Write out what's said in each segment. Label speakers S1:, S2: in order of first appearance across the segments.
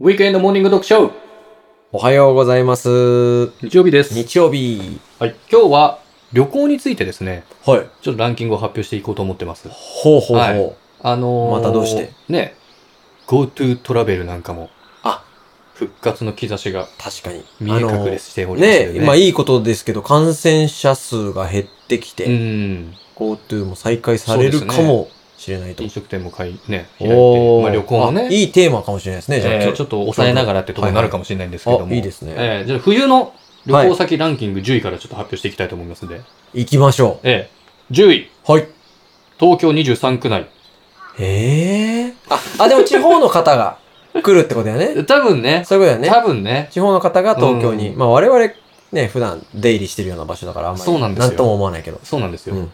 S1: ウィークエンドモーニング読書
S2: おはようございます。
S1: 日曜日です。
S2: 日曜日。
S1: はい、今日は旅行についてですね、
S2: はい。
S1: ちょっとランキングを発表していこうと思ってます。
S2: ほうほうほう。
S1: はいあのー、
S2: またどうして
S1: ね、GoTo トラベルなんかも、
S2: あ
S1: 復活の兆しが
S2: 確かに。
S1: 見え隠れして
S2: あ
S1: お
S2: の
S1: りますよね。
S2: ね、まあいいことですけど、感染者数が減ってき
S1: う
S2: て、
S1: ん。
S2: GoTo も再開されるかもしれないと。
S1: 飲食店も買い、ね、開い
S2: お
S1: て、
S2: ー
S1: まあ旅行もね
S2: あ、いいテーマかもしれないですね、じゃあ。
S1: えーちょっと抑えながらってところになるかもしれないんですけども。
S2: あ、いいですね。
S1: えーじゃあ冬の旅行先ランキング10位からちょっと発表していきたいと思いますんで。
S2: 行きましょ
S1: えー10位、
S2: う。はい。
S1: 東京23区内。
S2: ええー。あ、あ、でも地方の方が来るってことだよ ね。
S1: 多分ね、
S2: そういうことだよね。
S1: 多分ね、
S2: 地方の方が東京に、
S1: う
S2: まあ我々ね、普段出入りしてるような場所だからあんまり。
S1: そうなんですよ
S2: なんとも思わないけど。
S1: そうなんですよ。
S2: うん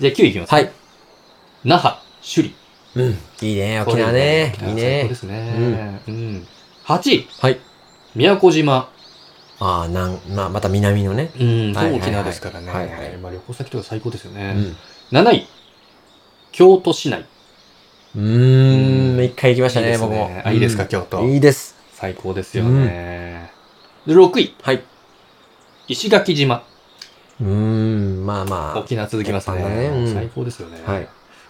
S1: じゃあ9位いきます。
S2: はい。
S1: 那覇、首里。
S2: うん。いいね、沖
S1: これ
S2: 縄ね。いい
S1: 最高
S2: ね
S1: で。すね。うん。8位、
S2: はい。
S1: 宮古島。
S2: ああ、なん、まあ、また南のね。
S1: うん、
S2: はいはいはい
S1: 沖縄ですからね。
S2: はいはい
S1: まあ旅行先とか最高ですよ
S2: う
S1: ね。
S2: ん。
S1: 7位、京都市内。
S2: うー
S1: うん
S2: ん、一回行きました
S1: いい
S2: ね、
S1: です
S2: 僕も。
S1: あ、いいですか、
S2: うん
S1: 京都。
S2: いいです。
S1: 最高ですよね。で6位、
S2: はい。
S1: 石垣島。
S2: うーん、まあま
S1: 沖縄続きますね。
S2: 鉄板だねうん
S1: 最高ですよね。
S2: あ。はい。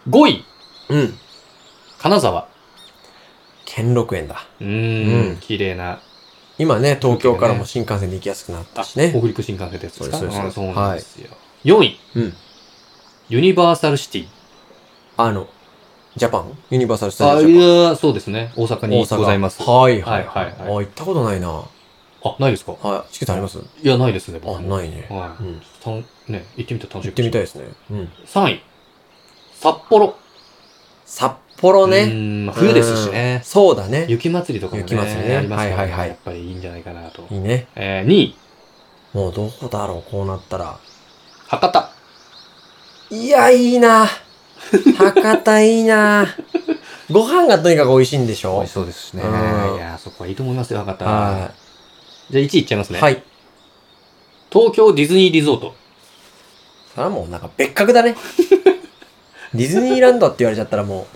S1: 5位、
S2: うん。
S1: 金沢。
S2: 兼六園だ。
S1: う
S2: うんん、
S1: 綺麗な
S2: 今ね、東京からも新幹線で行きやすくなったしね。
S1: 北陸新幹線ですか
S2: そうですそうです
S1: んなんですよ。4位、
S2: うん。
S1: ユニバーサルシティ。
S2: あの、ジャパンユニバーサル・ス
S1: あ、
S2: タジオ
S1: い
S2: ジャ
S1: や
S2: パン。
S1: ー、そうですね。大阪
S2: 大
S1: にご
S2: 阪
S1: ざいます。
S2: はいはい
S1: は
S2: はいい。
S1: は
S2: あ
S1: いはい
S2: 行ったことないな。は
S1: あ、ないですか
S2: い。チケットあります
S1: いや、ないですね、僕
S2: あ、ないね。
S1: は
S2: うん。
S1: い。たんね、行ってみたら楽しい
S2: 行ってみたい
S1: い。
S2: ですね。うん。
S1: 3位、札幌。
S2: 札幌
S1: う
S2: ね。
S1: んまあ冬ですしね
S2: うん。そうだね。
S1: 雪祭りとかもね、
S2: 雪祭りね
S1: ありますから
S2: はいはいは
S1: ね。
S2: い
S1: やっぱりいいんじゃないかなと
S2: い。いね。
S1: えー、2位、
S2: もうどこだろう、こうなったら。
S1: 博多。
S2: いや、いいな。博多いいな。ご飯がとにかく美味しいんでし
S1: 美
S2: ょ
S1: 味しそうですしね。い
S2: うん
S1: やー、そこはいいと思いますよ、博多。じゃあ
S2: は
S1: 1位いっちゃいます
S2: い。
S1: ね。
S2: はい。
S1: 東京ディズニーリゾート。
S2: それはもうなんか別格だね。ディズニーランドって言われちゃったらも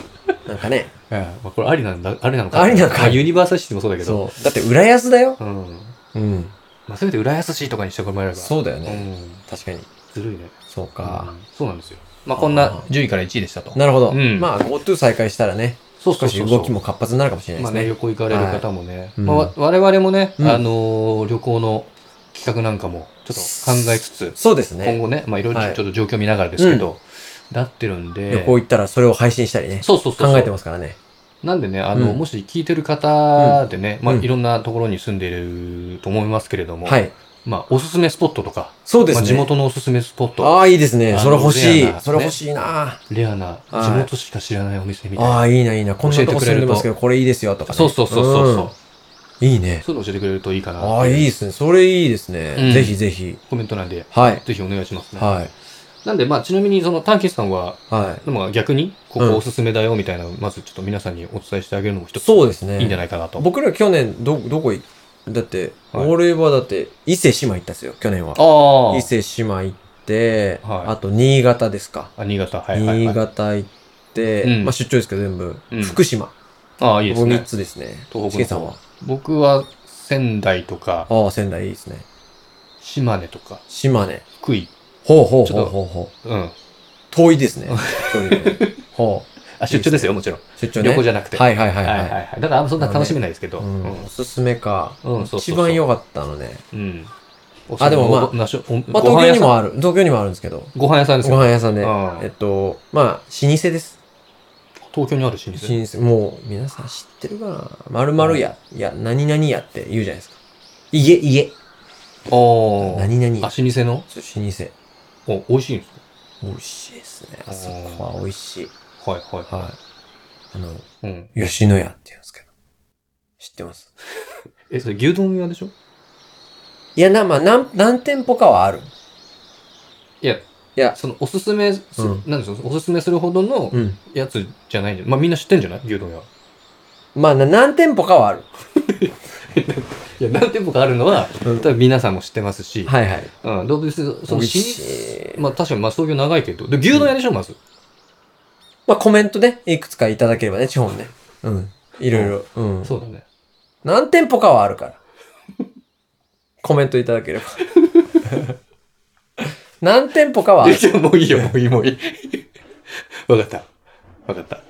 S2: う、なんかね。
S1: ええまあこれありなんだ、ありなのか。
S2: ありなのか
S1: まあユニバーサルシティもそうだけど。
S2: そう。だって浦安だよ。
S1: うん。
S2: うん。
S1: まあ、せめて浦安市とかにしてもらえれば。
S2: そうだよ
S1: う
S2: ね。
S1: ん。
S2: 確かに。
S1: ずるいね。
S2: そうか。
S1: うんそうなんですよ。まあ、こんな10位から1位でしたと。
S2: なるほど。
S1: うん
S2: まあ、GoTo 再開したらね、
S1: そう
S2: 少し動きも活発になるかもしれ
S1: ま
S2: な
S1: あ
S2: い
S1: ね、
S2: です
S1: 旅
S2: ね。
S1: 行行かれる方もね。
S2: うん
S1: まあ、わ我々もね、
S2: うん
S1: あのー旅行の企画なんかも、ちょっと考えつつ、
S2: そうです
S1: 今
S2: ね。
S1: 後ね、まあ、いろいろ
S2: はい
S1: ちょっと状況見ながらですけど、なってるんで。
S2: 旅行行ったらそれを配信したりね。
S1: そうそうそうそう。
S2: 考えてますからね。
S1: なんでね、あの、
S2: うん
S1: もし聞いてる方でね、まあ、
S2: うん
S1: いろんなところに住んでいると思いますけれども、
S2: はい。
S1: まあ、おすすめスポットとか、
S2: そうです
S1: まあ、
S2: ね。
S1: 地元のおすすめスポット、
S2: ああ、いいです
S1: あ
S2: ね。
S1: の
S2: それ欲し
S1: レア
S2: い
S1: な。
S2: それ欲しいな。
S1: レアな、
S2: はい
S1: 地元しか知らないお店みたい
S2: あ
S1: な。
S2: あ、いいな、いいな。こんなとこ住んでますけど、これいいですよ、とかね。
S1: そうそうそうそうそう。
S2: うん。いいね。
S1: そういうの教えてくれるといいかな
S2: ああ、いいですね。それいいですね。
S1: うん
S2: ぜひぜひ。
S1: コメントなんで、
S2: はい。
S1: ぜひお願いしますね。
S2: はい。
S1: なんで、まあ、ちなみに、その、タンキスさんは、
S2: はい。
S1: でも逆に、こ
S2: うん
S1: こおすすめだよ、みたいな、まずちょっと皆さんにお伝えしてあげるのも一つ、
S2: そうですね。
S1: いいんじゃないかなと。
S2: 僕ら去年、ど、どこ行だって、
S1: はい
S2: 俺はだって、伊勢志摩行ったんですよ、去年は。
S1: あ
S2: 伊勢志摩行って、
S1: はい
S2: あと新潟ですか。
S1: あ。あ、新潟、はいはい、は
S2: 新
S1: い。
S2: 潟行って、
S1: うん
S2: まあ出張ですけど全部、
S1: うん
S2: 福島。
S1: ああ、いいです
S2: この3
S1: ね。
S2: つですね。
S1: 東北の
S2: チケ
S1: 方
S2: さんは。
S1: 僕は、仙台とか、
S2: ああ、仙台いいですね。
S1: 島根とか、
S2: 島根。
S1: 福井、
S2: ほうほう
S1: ちょっ
S2: ほう
S1: と
S2: ほうほう。
S1: うん。
S2: 遠いです ね。距離がねほう。
S1: あ、出張ですよ、もちろん。
S2: 出張ね。
S1: 旅行じゃなくて。
S2: はいはいは
S1: はいいはい
S2: は。
S1: はいい。だから、そんな楽しめないですけど。
S2: う
S1: うん
S2: ん、おすすめか。
S1: うんそうそうそう
S2: 一番良かったのね。
S1: うん。
S2: あでもまあ
S1: おなしょおご
S2: まあ、
S1: 飯
S2: 東京
S1: 屋
S2: に
S1: さん
S2: もある。東京にもあるんですけど。
S1: ご飯屋さんです
S2: ご
S1: よ。
S2: 飯屋さんで
S1: うん。
S2: えっと、まあ、老舗です。
S1: 東京にある老舗。
S2: 老舗。もう、皆さん知ってるかな〇〇屋。いや、何々屋って言うじゃないですか。家、家。
S1: おー。
S2: 何々
S1: あ、老
S2: 屋。
S1: 舗の
S2: そう老舗。
S1: お、美味しいんです
S2: 美味しいですね。あそこは美味しい。
S1: かはいはいは
S2: はい。あの、
S1: い。うん。
S2: 吉野家って言うんですけど。知ってます
S1: え、それ牛丼屋でしょ
S2: いや、な、まあ、何、何店舗かはある。
S1: いや、い
S2: や
S1: そのおすすめす、
S2: うん
S1: なんでしょう、おすすめするほどの
S2: うん。
S1: やつじゃないんじゃまあみんな知ってんじゃない牛丼屋。
S2: まあ、な何店舗かはある。
S1: いや、何店舗かあるのは、
S2: うん
S1: 多分皆さんも知ってますし、
S2: はいはい。
S1: うん、どう別に、その老
S2: 美味し
S1: 舗、まあ確かにまあ創業長いけど、で、牛丼屋でしょ、まず。
S2: まあ、コメントね、いくつかいただければね、地方のね。うん。いろいろ。うん。
S1: そうだね。
S2: 何店舗かはある から。コメントいただければ。 何店舗かはある
S1: じゃあもういいよ、もういい、もういい。わかった。わかった。